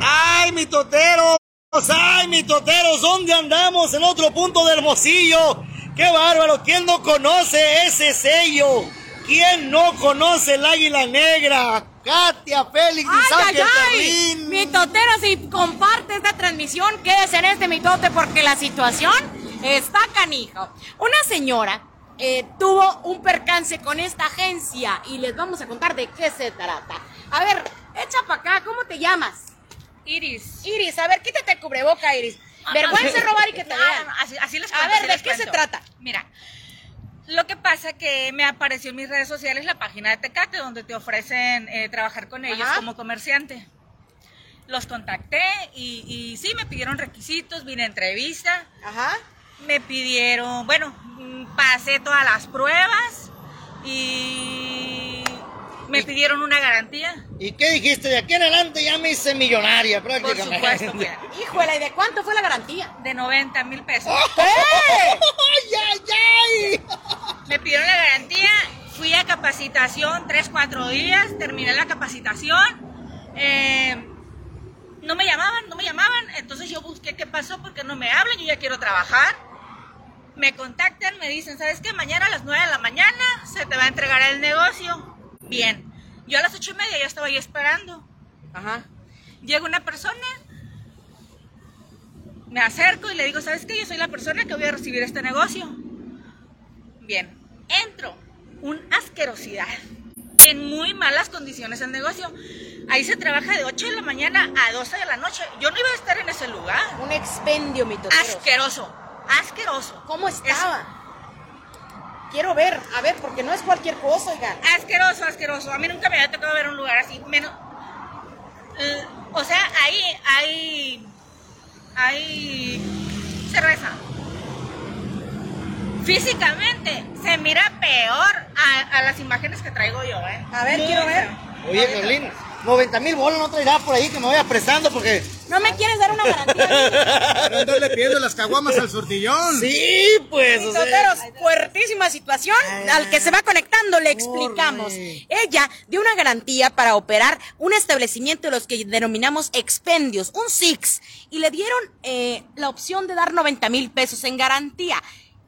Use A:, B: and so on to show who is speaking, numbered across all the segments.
A: ¡Ay, mi totero! ¡Ay, mi toteros! ¿Dónde andamos? En otro punto del Hermosillo. ¡Qué bárbaro! ¿Quién no conoce ese sello? ¿Quién no conoce el águila negra? Katia, Félix y
B: ¡Ay,
A: Sánchez
B: ay, ay!
A: Terrín.
B: Mi totero, si comparte esta transmisión, quédese en este mitote porque la situación está canijo. Una señora eh, tuvo un percance con esta agencia y les vamos a contar de qué se trata. A ver, echa para acá, ¿cómo te llamas?
C: Iris.
B: Iris, a ver, quítate el cubreboca, Iris. Vergüenza es robar y que te
C: Ah,
B: vean.
C: no, no, Así, así les
B: A
C: cuento,
B: ver,
C: así
B: ¿de
C: les
B: qué se
C: cuento.
B: trata?
C: Mira, lo que pasa que me apareció en mis redes sociales la página de Tecate, donde te ofrecen eh, trabajar con ellos
B: Ajá.
C: como comerciante. Los contacté y, y sí, me pidieron requisitos, vine a entrevista,
B: Ajá.
C: me pidieron, bueno, mm, pasé todas las pruebas y me pidieron una garantía.
A: ¿Y qué dijiste? De aquí en adelante ya me hice millonaria
C: Por
A: prácticamente.
C: supuesto, mira,
B: Híjole, ¿y de cuánto fue la garantía?
C: de 90 mil pesos.
A: ¡Ay, ay, ay!
C: Me pidieron la garantía, fui a capacitación 3, 4 días, terminé la capacitación, eh, no me llamaban, no me llamaban, entonces yo busqué qué pasó porque no me hablan, yo ya quiero trabajar. Me contactan, me dicen, ¿sabes qué? Mañana a las 9 de la mañana se te va a entregar el negocio. Bien, yo a las 8 y media ya estaba ahí esperando.
B: Ajá.
C: Llega una persona, me acerco y le digo, ¿sabes qué? Yo soy la persona que voy a recibir este negocio. Bien, entro, un asquerosidad, en muy malas condiciones el negocio. Ahí se trabaja de 8 de la mañana a 12 de la noche. Yo no iba a estar en ese lugar.
B: Un expendio, mi totero.
C: Asqueroso, asqueroso.
B: ¿Cómo estaba? Quiero ver, a ver, porque no es cualquier cosa, oigan.
C: Es asqueroso, asqueroso. A mí nunca me había tocado ver un lugar así, menos... Eh, o sea, ahí hay... Hay... Cerveza. Físicamente se mira peor a, a las imágenes que traigo yo, ¿eh?
B: A ver, quiero ver.
A: Oye, Carolina, 90 mil bolas no traerá por ahí que me voy apresando porque.
B: ¿No me quieres dar una garantía?
D: Andarle pidiendo las caguamas al surtillón.
A: Sí, pues. o sea,
B: Toteros, fuertísima situación. Al que se va conectando le explicamos.
A: Corre.
B: Ella dio una garantía para operar un establecimiento de los que denominamos expendios, un SIX, y le dieron eh, la opción de dar 90 mil pesos en garantía.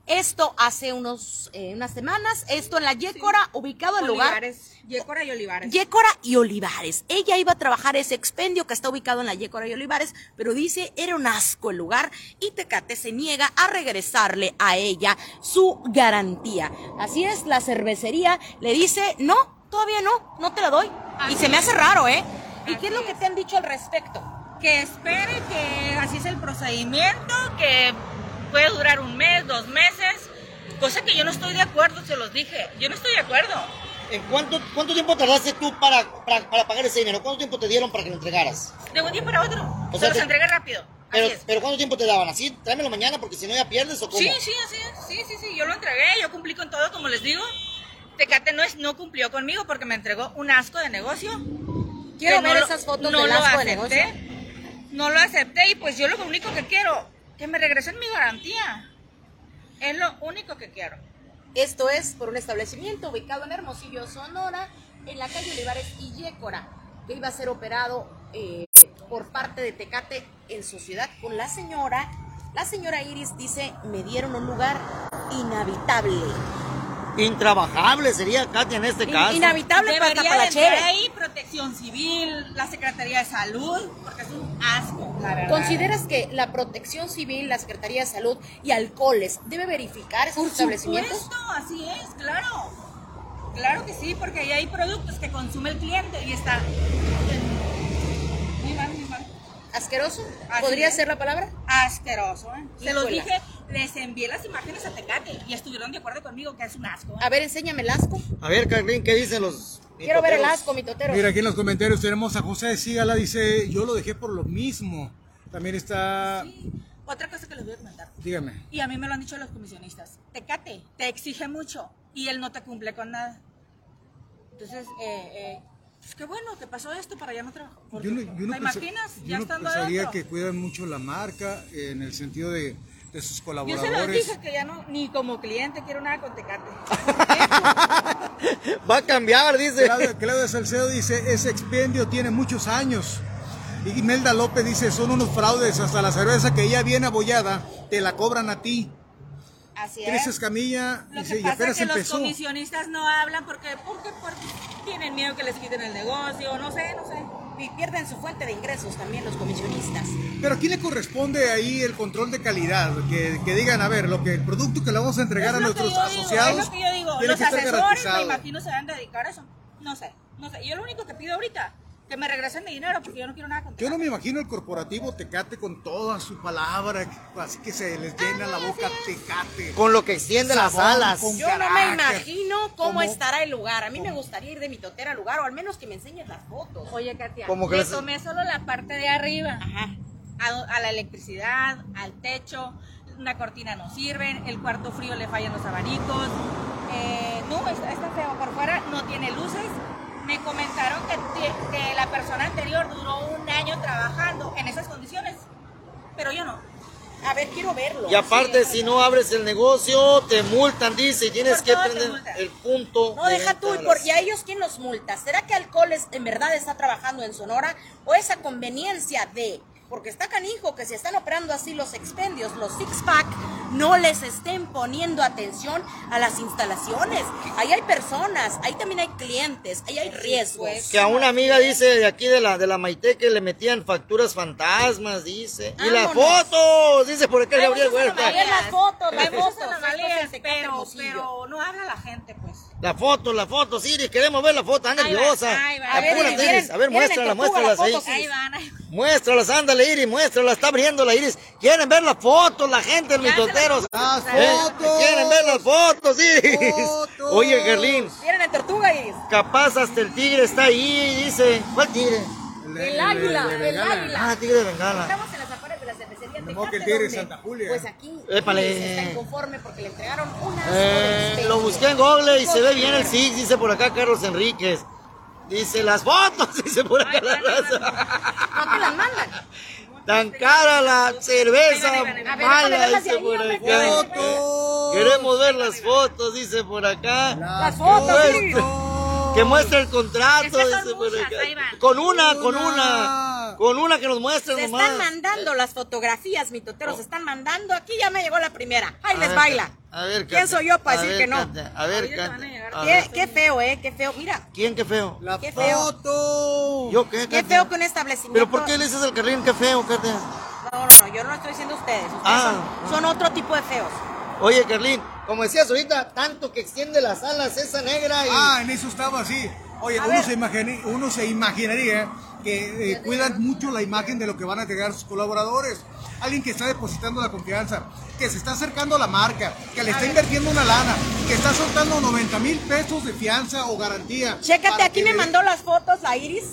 B: Esto hace unos, eh, unas semanas, esto en la Yécora, ubicado el lugar.
C: Yécora y Olivares.
B: Yécora y Olivares. Ella iba a trabajar ese expendio que está ubicado en la Yécora y Olivares, pero dice era un asco el lugar y Tecate se niega a regresarle a ella su garantía. Así es, la cervecería le dice, no, todavía no, no te la doy. y se me hace raro, ¿eh? ¿Y qué es lo
C: Así
B: que te han dicho al respecto?
C: Que espere que así es el procedimiento, que puede durar un mes, dos meses. Cosa que yo no estoy de acuerdo, se los dije. Yo no estoy de acuerdo.
A: ¿En cuánto, cuánto tiempo tardaste tú para, para, para pagar ese dinero? ¿Cuánto tiempo te dieron para que lo entregaras?
C: De un día para otro.
A: O
C: se
A: sea,
C: los
A: te-
C: entrega rápido.
A: Pero,
C: así es.
A: pero ¿cuánto tiempo te daban? ¿Así? Tráemelo mañana porque si no ya pierdes o cómo.
C: sí, sí, así es. Sí, sí, sí. Yo lo entregué, yo cumplí con todo, como les digo. Tecate no, es, no cumplió conmigo porque me entregó un asco de negocio.
B: Quiero
C: que
B: ver esas fotos del
C: lo
B: asco de negocio.
C: No lo acepté y pues yo lo único que quiero, que me regresen mi garantía. Es lo único que quiero.
B: Esto es por un establecimiento ubicado en Hermosillo, Sonora, en la calle Olivares y Yécora, que iba a ser operado eh, por parte de Tecate en sociedad con la señora. La señora Iris dice, me dieron un lugar inhabitable.
A: Intrabajable sería Katia en este
B: In-
A: caso.
B: inhabitable para
C: Debería
B: la
C: de entrar ahí protección civil, la Secretaría de Salud, porque es un asco, la verdad.
B: ¿Consideras que la Protección Civil, la Secretaría de Salud y Alcoholes debe verificar esos establecimientos?
C: Por supuesto, así es, claro. Claro que sí, porque ahí hay productos que consume el cliente y está. Muy mal, muy mal.
B: ¿Asqueroso?
C: Así
B: ¿Podría
C: es.
B: ser la palabra?
C: Asqueroso, ¿eh? Se los
B: Híjola.
C: dije, les envié las imágenes a Tecate y estuvieron de acuerdo conmigo que es un asco. ¿eh?
B: A ver, enséñame el asco.
A: A ver, Carlín, ¿qué dicen los.
B: Quiero ver el
A: mitoteros?
B: asco, mi totero.
D: Mira, aquí en los comentarios tenemos a José de Sígala, dice, yo lo dejé por lo mismo. También está,
C: Sí. Otra cosa que les voy a comentar.
D: dígame.
C: Y a mí me lo han dicho los comisionistas. Tecate, te exige mucho y él no te cumple con nada. Entonces, eh, eh, pues qué bueno que pasó esto para ya no trabajar.
D: Yo no, yo no
C: ¿Te
D: pensa-
C: imaginas?
D: yo
C: ya
D: no
C: estando
D: pensaría
C: adentro.
D: que cuidan mucho la marca eh, en el sentido de,
C: Yo
D: de sus
C: se los
D: colaboradores.
C: dije que ya no, ni como cliente quiero nada con Tecate.
A: Va a cambiar, dice.
D: Claudia, Claudia Salcedo dice, ese expendio tiene muchos años. Imelda López dice, son unos fraudes, hasta la cerveza que ya viene abollada, te la cobran a ti.
C: Así
D: Cris
C: es.
D: Escamilla
C: ¿eh? Lo
D: dice,
C: que
D: y
C: pasa es
D: apenas
C: que los
D: empezó.
C: comisionistas no hablan porque, porque, porque tienen miedo que les quiten el negocio, no sé, no sé.
B: Y pierden su fuente de ingresos también los comisionistas.
D: Pero ¿a quién le corresponde ahí el control de calidad? Que, que digan, a ver, lo que el producto que le vamos a
C: Es
D: entregar a
C: lo que
D: nuestros
C: yo digo,
D: asociados
C: Es lo que yo digo,
D: tiene
C: los
D: que estar
C: asesores me
D: garantizado.
C: imagino se van a dedicar a eso. No sé, no sé. Yo lo único que pido ahorita, que me regresen mi dinero porque yo no quiero nada con
D: Yo no
C: Tecate.
D: me imagino el corporativo Tecate con toda su palabra, así que se les llena la boca Tecate.
A: Con lo que extiende las
D: Sabón,
A: alas.
D: con-
B: Yo no me
D: Carácter.
B: imagino cómo,
D: ¿Cómo?
B: estará el lugar. A mí me gustaría ir de mi totera al lugar o al menos que me enseñes las fotos.
C: Oye, Katia,
A: Como que
C: le
A: las-
C: tomé solo la parte de arriba. A, a la electricidad, al techo, una cortina no sirve, el cuarto frío le fallan los abanicos. eh, no, está, está feo por fuera, no tiene luces. Me comentaron que, ti- que la persona anterior duró un año trabajando en esas condiciones, pero yo no.
B: A ver, quiero verlo.
A: Y aparte, si no abres el negocio, te multan, dice, y tienes
C: Por
A: que
C: todo te
A: prender
C: multan.
A: el punto.
B: No,
A: de
B: deja
A: venta
B: tú, y,
A: de
B: por,
A: las-
B: y a ellos quién los multa. ¿Será que Alcoholes en verdad está trabajando en Sonora? ¿O esa conveniencia de, porque está canijo, que si están operando así los expendios, los six-pack, no les estén poniendo atención a las instalaciones? Ahí hay personas, ahí también hay clientes, ahí hay riesgos.
A: Que a una amiga dice de aquí de la de la Maite que le metían facturas fantasmas, dice. Y las
B: Vámonos.
A: fotos, dice por acá
B: Hay
A: Gabriel
B: muchas
A: Huerta.
B: anomalías. las fotos, las
C: Hay muchas
B: fotos,
C: anomalías,
B: esto se canta
C: pero,
B: hermosillo.
C: pero no habla la gente, pues.
A: La foto, la foto, Siri, queremos ver la foto, anda
C: Ahí va,
A: nerviosa.
C: ahí va.
A: Apúrate,
C: A ver,
A: Iris,
B: miren,
A: a ver,
B: miren
A: muéstrala,
B: el tortuga, la
A: muéstralas ahí.
B: foto, sí.
C: Ahí van, ahí van.
A: Muéstralas, ándale, Iris, muéstralas, está abriendo la Iris. Quieren ver las fotos, la gente, los
C: Ya se las
A: mitoteros.
D: ¡Las
A: ¿Eh?
D: fotos!
A: Quieren ver las fotos, Iris.
D: Fotos.
A: Oye, Gerlín,
B: Miren en Tortuga Iris.
A: capaz hasta el tigre está ahí, dice. ¿Cuál tigre?
B: El águila,
D: de
B: el
D: Bengala.
B: águila.
A: Ah, tigre de bengala.
B: Estamos en las afueras de la cervecería
D: Me moque
B: Tecate,
D: el tigre en
B: ¿dónde?
D: Santa Julia.
B: Pues aquí
A: Épale.
B: Luis está inconforme porque le entregaron una
A: Eh, lo busqué en Google y se ve bien el Six, dice por acá Carlos Enríquez. Dice las fotos, dice por acá
C: Ay,
A: la
C: van, van,
A: raza.
B: No te las
A: Ah,
B: mandan.
A: Tan cara la cerveza
C: Ahí van, ahí van, ahí van. A
B: ver,
A: mala,
B: déjame verlas
A: dice
B: ahí,
A: por
B: hombre,
A: acá.
D: fotos.
A: Queremos ver las fotos, dice por acá.
B: Las fotos,
A: fotos.
B: sí.
A: Que muestre el contrato,
C: Es que son
A: dice por
C: muchas,
A: acá.
C: ahí van.
A: Con una, con
D: Una.
A: una. Con una que nos muestre
B: Se
A: nomás.
B: están mandando las fotografías, mi
A: Oh.
B: totero. Se están mandando. Aquí ya me llegó la primera. Ahí
A: A
B: les
A: ver,
B: baila.
A: Katia, A ver,
B: ¿Quién
A: Katia,
B: soy yo para
A: a
B: decir
A: ver,
B: que no?
A: Katia, A ver,
C: Ahorita te van a
A: Katia,
C: llegar.
A: a ver.
B: Qué, qué feo, ¿eh? Qué feo. Mira,
A: ¿Quién qué feo?
D: La
B: Qué feo.
D: foto.
A: ¿Yo qué?
B: qué
A: Katia?
B: feo que un establecimiento.
A: ¿Pero por qué le dices al Carlín qué feo, Katia?
B: No, no, no. Yo no lo estoy diciendo a ustedes. Ustedes
A: Ah,
B: son, son otro tipo de feos.
A: Oye, Carlín, como decías ahorita, tanto que extiende las alas esa negra y...
D: Ah, en eso estaba así. Oye,
B: A
D: uno
B: ver.
D: se, imagini- uno se imaginaría que eh, cuidan mucho la imagen de lo que van a entregar sus colaboradores. Alguien que está depositando la confianza, que se está acercando a la marca, que le está invirtiendo una lana, que está soltando 90 mil pesos de fianza o garantía.
B: Chécate,
D: para
B: aquí
D: que
B: me
D: le-
B: mandó las fotos la Iris.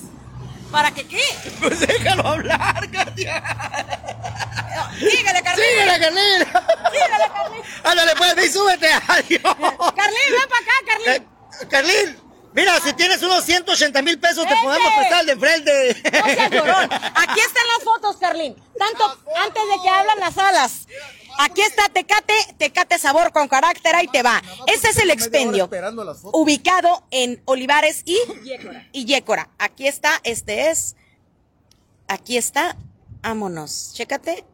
B: ¿Para que qué?
A: Pues déjalo hablar, Katia.
B: No, Síguele, Carlín.
A: Síguele, Carlín.
B: Síguele, Carlín.
A: Ándale, pues, ve y súbete. Adiós.
B: Carlín, ven para acá, Carlín.
A: Ca- Carlín, mira, si tienes unos 180 mil pesos, te
B: Vete.
A: podemos prestar el de enfrente.
B: No seas llorón. Aquí están las fotos, Carlín. Tanto antes de que hablan las alas. Aquí está Tecate, Tecate Sabor con carácter, ahí te va. Este es el
D: Media hora
B: expendio.
D: esperando las fotos.
B: Ubicado en Olivares y, y Yécora. Aquí está, este es. Aquí está. Vámonos. Chécate.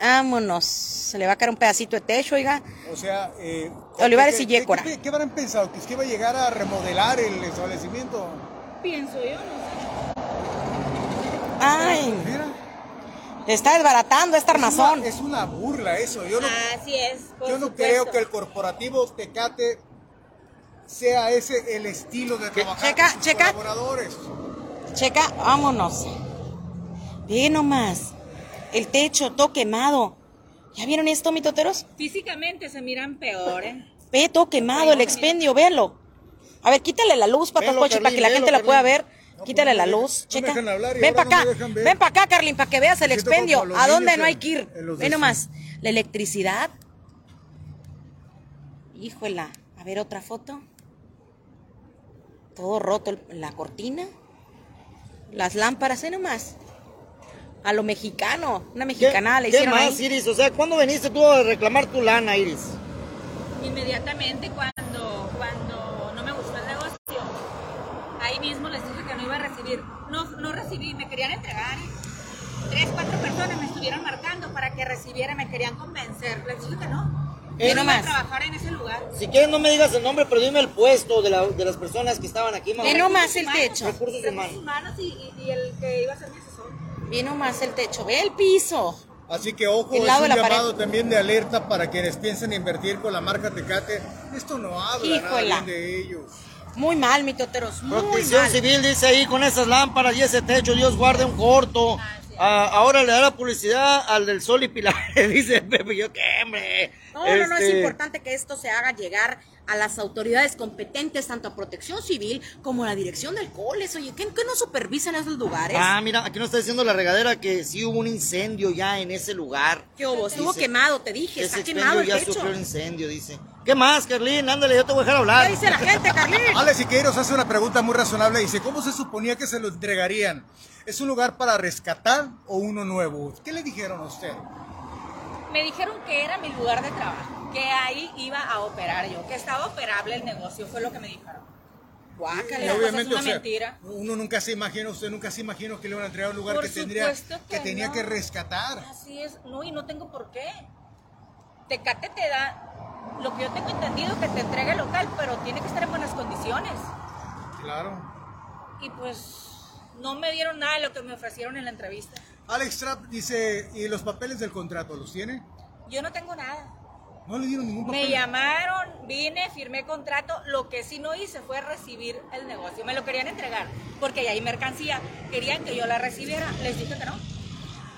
B: Vámonos. Se le va a caer un pedacito de techo, oiga.
D: O sea, eh,
B: Olivares
D: ¿qué-
B: y Yécora.
D: ¿qué, qué, qué habrán pensado? ¿Que es que va a llegar a remodelar el establecimiento?
C: Pienso yo, no
B: Ay,
D: Mira,
B: te está desbaratando esta
D: es una-
B: armazón.
D: es una burla eso. Yo no,
B: Ah,
C: sé. Así es. por
D: Yo no
C: supuesto.
D: creo que el corporativo Tecate sea ese el estilo de trabajar
B: Checa,
D: con sus
B: checa.
D: colaboradores.
B: Checa, vámonos. Ve nomás. El techo, todo quemado. ¿Ya vieron esto, mi toteros?
C: Físicamente se miran peor, ¿eh?
B: Ve, todo quemado, el expendio, véalo. A ver, quítale la luz, papá
A: Velo,
B: Cochi, para que la
A: Carlín,
B: gente la
A: velo,
B: pueda ver.
A: Carlín.
B: quítale
D: pues,
B: la
D: no me
B: luz,
D: dejan- no me
B: checa.
D: dejan hablar y
B: ven
D: ahora
B: para acá,
D: no me dejan ver.
B: ven para acá, Carlín, para que veas el
D: Me siento como
B: expendio.
D: los
B: ¿A dónde
D: niños
B: no
D: en-
B: hay que ir?
D: en los
B: Ve
D: de-
B: nomás. La electricidad. Híjola. A ver, otra foto. Todo roto, el- la cortina. Las lámparas, ¿eh nomás. A lo mexicano, una mexicana le
A: ¿Qué
B: hicieron
A: más,
B: ahí.
A: Iris? O sea, ¿cuándo veniste tú a reclamar tu lana, Iris?
C: Inmediatamente cuando, cuando no me gustó el negocio, ahí mismo les dije que no iba a recibir. No, no recibí, me querían entregar. ¿eh? tres, cuatro personas me estuvieron marcando para que recibiera, me querían convencer. Les dije que no.
A: Eh,
C: Yo no iba
B: nomás.
C: a trabajar en ese lugar.
A: Si quieres, no me digas el nombre, pero dime el puesto de, la- de las personas que estaban aquí, mamá.
B: Eh, no más el
C: Humanos,
B: techo.
A: Recursos humanos.
C: y, y- y el que iba a ser mi asesor.
B: Ve nomás el techo, ve el piso.
D: Así que ojo,
B: El
D: es
B: lado
D: un
B: de la
D: llamado también de alerta para quienes piensen invertir con la marca Tecate. Esto no habla nada
B: Híjola.
D: bien de ellos.
B: Muy mal, mi toteros, muy
A: Protección
B: mal.
A: Civil dice ahí con esas lámparas y ese techo, Dios guarde un corto. Ah, ahora le da la publicidad al del Sol y Pilar, dice Pepe. Yo qué, hombre.
B: No, no, no, es
A: Este,
B: importante que esto se haga llegar a las autoridades competentes, tanto a Protección Civil como a la Dirección del Coles. Oye, ¿qué, qué no supervisan esos lugares?
A: Ah, mira, aquí nos está diciendo la regadera que sí hubo un incendio ya en ese lugar.
B: ¿Qué hubo? Estuvo
A: Dice
B: quemado, te dije,
A: Que ese
B: está quemado
A: expendio
B: el
A: ya
B: techo.
A: sufrió el incendio, dice. ¿Qué más, Carlín? Ándale, yo te voy a dejar
B: ¿Qué
A: hablar.
B: dice la gente, Carlín?
D: Alex Siqueiros hace una pregunta muy razonable. Dice, ¿cómo se suponía que se lo entregarían? ¿Es un lugar para rescatar o uno nuevo? ¿Qué le dijeron a usted?
C: Me dijeron que era mi lugar de trabajo, que ahí iba a operar yo, que estaba operable el negocio, fue lo que me dijeron.
D: Y
B: Guácala.
C: Pero, pues, es una
D: o sea,
C: mentira.
D: uno nunca se imagina, usted nunca se imaginó que le van a entregar un lugar
C: Por
D: que tendría
C: supuesto
D: que,
C: que
D: tenía
C: no.
D: que rescatar.
C: Así es, no, y no tengo por qué. Tecate te da lo que yo tengo entendido que te entrega el local, pero tiene que estar en buenas condiciones.
D: Claro.
C: Y pues no me dieron nada de lo que me ofrecieron en la entrevista.
D: Alex Trapp dice, ¿y los papeles del contrato los tiene?
C: Yo no tengo nada.
D: No le dieron ningún papel.
C: Me llamaron, vine, firmé contrato. Lo que sí no hice fue recibir el negocio. Me lo querían entregar porque ya hay mercancía. Querían que yo la recibiera. Les dije que no.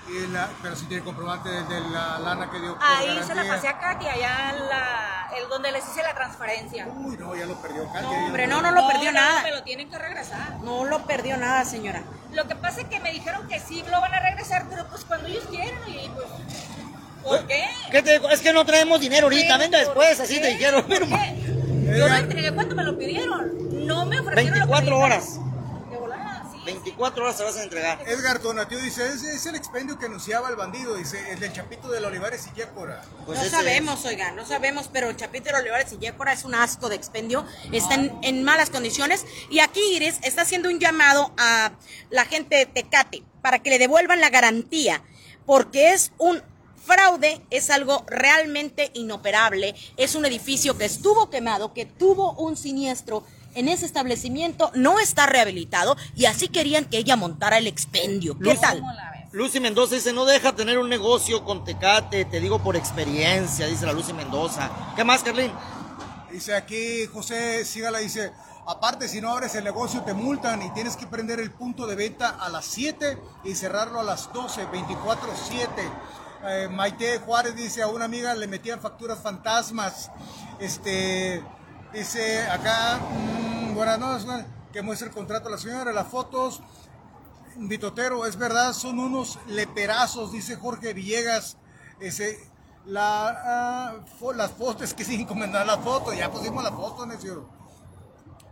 D: Y la- pero si tiene comprobante de, de la lana que dio. por
C: Ahí se la
D: garantía.
C: pasé a Katy, allá la, el donde les hice la transferencia.
D: Uy, no, ya lo perdió. Katy.
B: No, hombre, no, no lo perdió nada.
C: Me lo tienen que regresar.
B: No lo perdió nada, señora.
C: Lo que pasa es que me dijeron que sí lo van a regresar, pero pues cuando ellos quieran. Y pues, ¿por qué?
A: ¿Qué te digo? Es que no traemos dinero ahorita,
C: Pero,
A: venga
C: ¿por
A: después, así
C: qué?
A: te dijeron.
C: ¿Por
A: pero-
C: qué? Yo lo entregué cuando me lo pidieron. No me ofrecieron. lo que
A: 24
C: me
A: horas.
C: dijeron. De volada, sí.
A: 24 horas se vas a entregar.
D: Edgar Tonatiu dice, es, es el expendio que anunciaba el bandido, dice, el del Chapito del Olivares y Yécora.
A: Pues
B: no
A: ese
B: sabemos, oiga, no sabemos, pero el Chapitero Olivares y Yécora es un asco de expendio, está en, en malas condiciones. Y aquí Iris está haciendo un llamado a la gente de Tecate para que le devuelvan la garantía, porque es un fraude, es algo realmente inoperable. Es un edificio que estuvo quemado, que tuvo un siniestro. En ese establecimiento no está rehabilitado y así querían que ella montara el expendio. ¿Qué
A: Luz.
B: tal?
C: ¿Cómo la ves?
A: Lucy Mendoza dice, no deja tener un negocio con Tecate, te digo por experiencia, dice la Lucy Mendoza. ¿Qué más, Carlín?
D: Dice aquí José Sigala, dice, aparte si no abres el negocio te multan y tienes que prender el punto de venta a las 7 y cerrarlo a las 12, 24-7. Eh, Maite Juárez dice, a una amiga le metían facturas fantasmas. Este, dice acá, mm, buenas noches, buenas- que muestra el contrato a la señora, las fotos. Vitotero, es verdad, son unos leperazos, dice Jorge Villegas. Ese, la, ah, fo- las fotos, es que sin encomendar la foto, ya pusimos la foto, necio.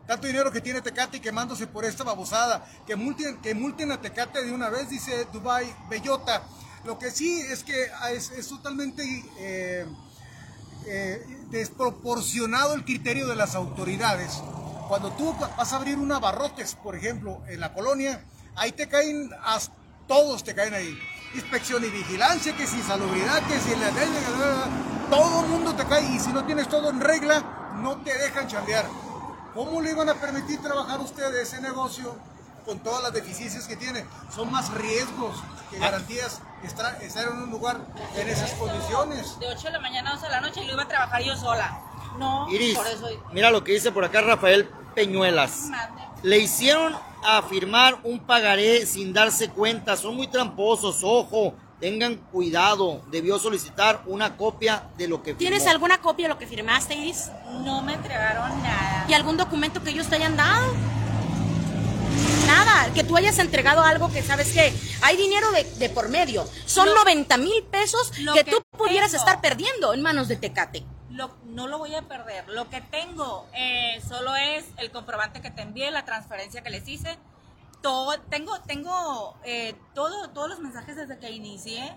D: Tanto dinero que tiene Tecate y quemándose por esta babosada. Que multen, que multen a Tecate de una vez, dice Dubai Bellota. Lo que sí es que ah, es, es totalmente eh, eh, desproporcionado el criterio de las autoridades. Cuando tú va- vas a abrir un abarrotes, por ejemplo, en la colonia, ahí te caen, as- todos te caen ahí. Inspección y vigilancia, que si salubridad, que si la ley, la- la- la- todo el mundo te cae y si no tienes todo en regla, no te dejan chambear. ¿Cómo le iban a permitir trabajar ustedes ese negocio con todas las deficiencias que tiene? Son más riesgos que garantías estra- estar en un lugar en esas condiciones.
C: De 8 de la mañana a 12 de la noche y lo iba a trabajar yo sola. No,
A: Iris,
C: por eso.
A: mira lo que dice por acá Rafael Peñuelas.
C: Mande.
A: Le hicieron a firmar un pagaré sin darse cuenta. Son muy tramposos, ojo. Tengan cuidado. Debió solicitar una copia de lo que firmó.
B: ¿Tienes alguna copia de lo que firmaste, Iris?
C: No me entregaron nada.
B: ¿Y algún documento que ellos te hayan dado? Nada, que tú hayas entregado algo que sabes que hay dinero de, de por medio. Son
C: Lo-
B: 90 mil pesos
C: lo
B: que,
C: que
B: tú pudieras
C: tengo.
B: estar perdiendo en manos de Tecate.
C: Lo- no lo voy a perder. Lo que tengo eh, solo es el comprobante que te envié, la transferencia que les hice. Todo, tengo tengo eh, todo, todos los mensajes desde que inicié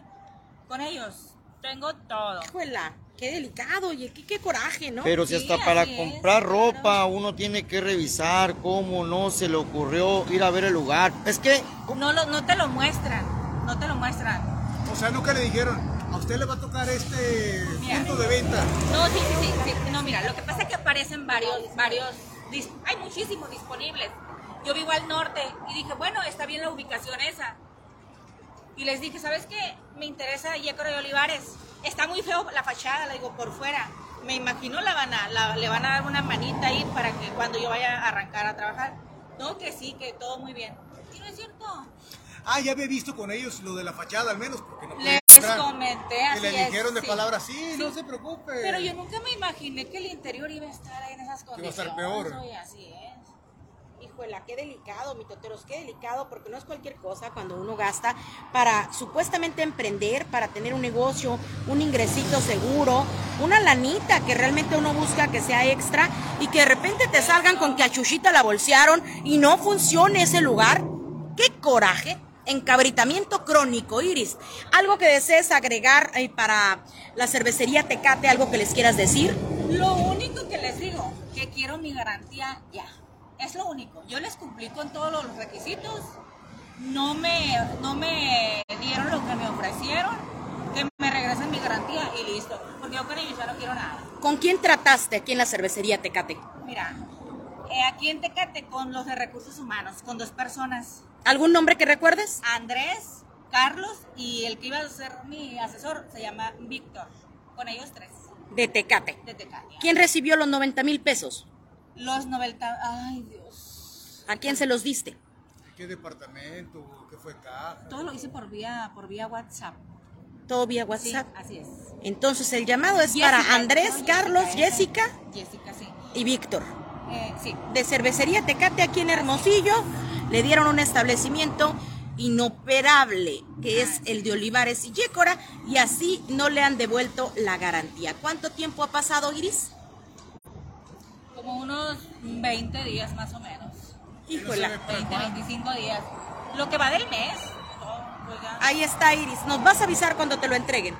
C: con ellos. Tengo todo.
B: Híjola, qué delicado, oye, qué, qué coraje, ¿no?
A: Pero si
C: Sí,
A: hasta para
C: así es,
A: comprar
C: claro.
A: ropa uno tiene que revisar cómo no se le ocurrió ir a ver el lugar. Es que
C: No, lo, no te lo muestran. No no te lo muestran.
D: O sea, nunca le dijeron, a usted le va a tocar este
C: Mira.
D: punto de venta.
C: No, sí, sí, sí, sí. No, mira, lo que pasa es que aparecen varios, varios, dis- hay muchísimos disponibles. Yo vivo al norte y dije, bueno, está bien la ubicación esa. Y les dije, ¿sabes qué? Me interesa Yécora de Olivares. Está muy feo la fachada, le digo, por fuera. Me imagino la van a, la- le van a dar una manita ahí para que cuando yo vaya a arrancar a trabajar. No, que sí, que todo muy bien. Y no es cierto.
D: Ah, ya había visto con ellos lo de la fachada al menos, porque no
C: Les
D: pueden entrar.
C: comenté
D: Y
C: así.
D: le
C: es,
D: dijeron de
C: sí.
D: palabras, sí, no
C: Sí.
D: se preocupe.
C: Pero yo nunca me imaginé que el interior iba a estar ahí en esas
D: Que iba a
C: condiciones.
D: estar peor.
C: oye, así es.
B: Híjola, qué delicado, mi toteros, qué delicado, porque no es cualquier cosa cuando uno gasta para supuestamente emprender, para tener un negocio, un ingresito seguro, una lanita que realmente uno busca que sea extra y que de repente te salgan con que a Chuchita la bolsearon y no funcione ese lugar. ¡Qué coraje! Encabritamiento crónico, Iris. ¿Algo que desees agregar eh, para la cervecería Tecate? ¿Algo que les quieras decir?
C: Lo único que les digo, que quiero mi garantía ya. Es lo único. Yo les cumplí con todos los requisitos. No me, no me dieron lo que me ofrecieron. Que me regresen mi garantía y listo. Porque yo con ellos ya no quiero nada.
B: ¿Con quién trataste aquí en la cervecería Tecate?
C: Mira, eh, aquí en Tecate con los de recursos humanos, con dos personas.
B: ¿Algún nombre que recuerdes?
C: Andrés, Carlos y el que iba a ser mi asesor se llama Víctor. Con ellos tres,
B: De Tecate.
C: de Tecate.
B: ¿Quién recibió los 90 mil pesos?
C: Los 90. Ay, Dios.
B: ¿A quién se los diste?
D: ¿Qué departamento? ¿Qué fue caja?
C: Todo lo hice por vía, por vía WhatsApp.
B: Todo vía
C: Sí,
B: WhatsApp.
C: así es.
B: Entonces el llamado es
C: Jessica,
B: para Andrés,
C: no,
B: Carlos,
C: Jessica,
B: Jessica
C: esa. Jessica, sí.
B: y Víctor.
C: Eh, sí.
B: De cervecería Tecate aquí en Hermosillo le dieron un establecimiento inoperable que es el de Olivares y Yécora y así no le han devuelto la garantía. ¿Cuánto tiempo ha pasado, Iris?
C: Como unos 20 días más o menos.
B: Híjola.
C: 20, 25 días. Lo que va del mes. todo, pues ya.
B: Ahí está Iris, nos vas a avisar cuando te lo entreguen.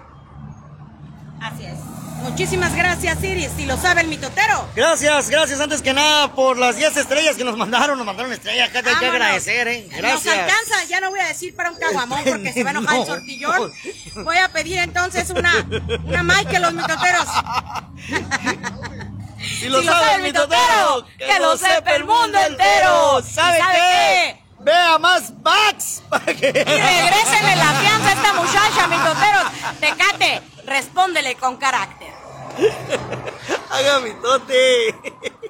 C: Así es.
B: Muchísimas gracias Iris, si lo sabe el mitotero.
A: Gracias, gracias antes que nada por las 10 estrellas que nos mandaron. Nos mandaron estrellas, acá hay que
B: Vámonos.
A: agradecer, ¿eh? Gracias.
B: Nos alcanza, ya no voy a decir para un caguamón porque se va a enojar
A: No.
B: el sortillón. Voy a pedir entonces una, una Mike a los mitoteros.
A: Si
B: lo sabe el mitotero, que lo sepa el mundo entero.
A: ¿Sabe,
B: ¿Y sabe
A: qué? Vea más Max para que.
B: Y regrésenle la fianza a esta muchacha, mitoteros. Tecate, respóndele con carácter.
A: Haga mitote.